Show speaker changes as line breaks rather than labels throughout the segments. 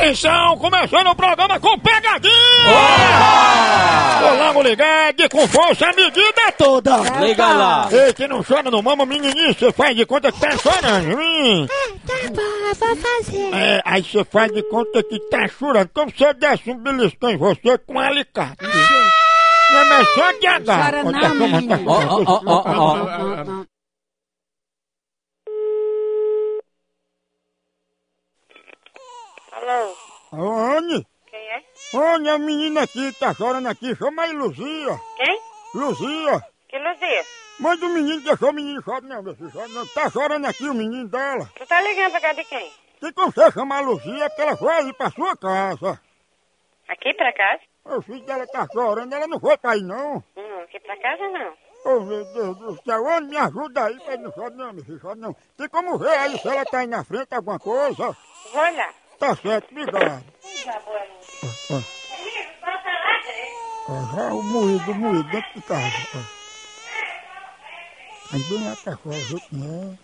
Atenção, começando o programa com pegadinha! Olá, ligado, com força a medida é toda!
Liga lá.
Ei, que não chora não mama, menininho, você faz de conta que tá chorando, hum.
Tá bom, eu vou fazer.
É, aí você faz de conta que tá chorando, como se eu desse um beliscão em você com um alicate. Não, mas só de agora.
Chora
Quando
não,
a turma tá
menino.
Ó, ó, ó, ó, ó.
Alô,
Rony,
quem é?
Rony, a menina aqui tá chorando aqui, chama aí Luzia.
Quem?
Luzia,
Que Luzia?
manda o menino, deixa o menino chorar, não, deixa ele chorar, não. Tá chorando aqui o menino dela.
Tu tá ligando pra cá de quem?
Tem como você chamar a Luzia, porque ela foi aí pra sua casa.
Aqui pra casa?
O filho dela tá chorando, ela não foi pra aí, não.
Não, aqui pra casa não.
Oh, meu Deus do céu, homem, me ajuda aí, pra ele não chorar, não, meu filho, chora não. Tem como ver aí se ela tá aí na frente, alguma coisa?
Vou olhar.
Tá certo, ligado. Ah, já o moído, o moído dentro de casa. ó. Ninguém é pra fora, viu? Não.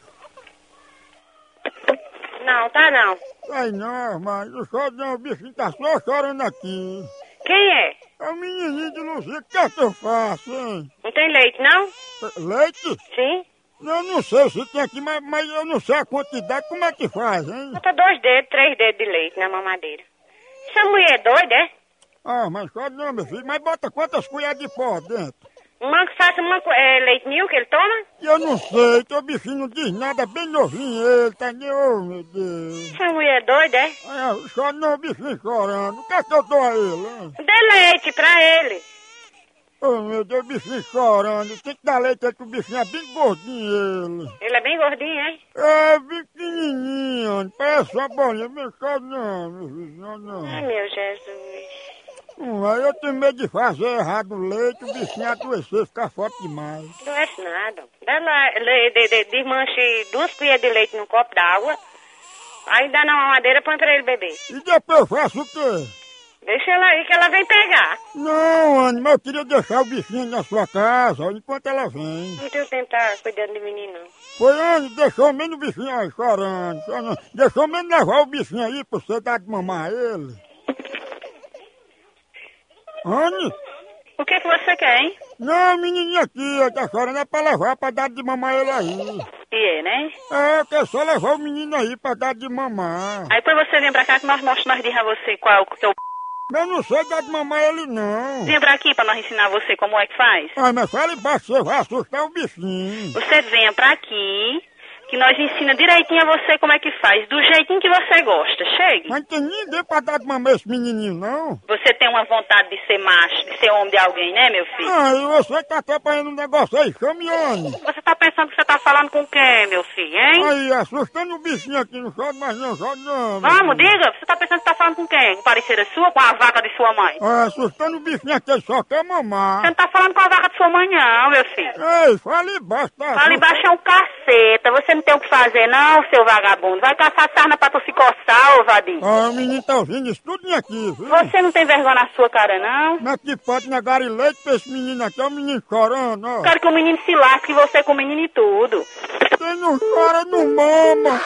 Não, tá não.
Ai não, mas o choro não, o bichinho tá só chorando aqui.
Quem é?
É o menininho de Luzia, o que é que eu faço, hein?
Não tem leite, não?
Leite?
Sim.
Eu não sei se tem aqui, mas, mas eu não sei a quantidade, como é que faz, hein?
Bota dois dedos, três dedos de leite na mamadeira. Essa mulher é doida, é?
Ah, mas chora não, meu filho, mas bota quantas colheres de pó dentro?
Um manco saca um manco, é, leite mil que ele toma?
E eu não sei, teu bichinho não diz nada, bem novinho ele, tá nem, oh meu Deus.
Essa mulher é doida, é?
Ah, chora não, o bichinho chorando, o que é que eu dou a ele, hein?
Dê leite pra ele.
Oh, meu Deus, o bichinho chorando. Tem que dar leite aí que o bichinho é bem gordinho ele.
Ele é bem gordinho, é?
É bem pequenininho, parece uma bolinha. Meu choro não, meu filho, não,
Ai,
não.
meu Jesus.
Hum, Aí eu tenho medo de fazer errado o leite, o bichinho adoecer, ficar forte demais.
Doeste é nada. Dá lá, le- de, de, desmanche duas colheres de leite num copo d'água, aí dá na mamadeira põe pra ele beber.
E depois eu faço o quê?
Deixa ela aí que ela vem pegar.
Não, Anny, mas eu queria deixar o bichinho na sua casa, ó, enquanto ela vem.
Não tenho tempo pra tá cuidando de menino, não.
Foi, Anny, deixou menos o menino bichinho aí chorando, chorando. Deixou menos levar o bichinho aí pra você dar de mamar ele. Anny?
O que que você quer, hein?
Não, menininha aqui, ó, tá chorando é pra levar, pra dar de mamar ele aí.
E é, né?
É, eu quero só levar o menino aí pra dar de mamar.
Aí depois você vem pra cá que nós, nós, nós dirá você qual é o teu...
Mas eu não sei dar de mamar ele, não.
Vem pra aqui pra nós ensinar você como é que faz.
Ah, mas fala embaixo, você vai assustar o bichinho.
Você venha pra aqui que nós ensina direitinho a você como é que faz, do jeitinho que você gosta. Chegue.
Mas não tem ninguém pra dar de mamar esse menininho, não.
Você tem uma vontade de ser macho, de ser homem de alguém, né, meu filho?
Ah, e você tá atrapalhando um negócio aí, caminhando.
Você tá pensando que você tá falando com quem, meu filho, hein?
Aí, assustando o bichinho aqui, não chora mais não, chora não. meu
Vamos,
filho.
diga, você tá pensando que tá falando com quem? Com parecer sua, com a vaca de sua mãe?
Ah, assustando o bichinho aqui, ele só quer
Você
mamar.
não tá falando com a vaca de sua mãe, não, meu filho.
Ei, fala embaixo, tá?
Fala embaixo é um caceta, você não tem o que fazer, não, seu vagabundo. Vai caçar sarna pra tu se coçar, ô vadinho.
Ah, o menino tá ouvindo isso tudo aqui, viu?
Você não tem vergonha na sua cara, não?
Como é que pode negar leite pra esse menino aqui? É um menino chorando, ó.
Quero que o menino se lasque, você com o menino e tudo.
Quem não chora não mama.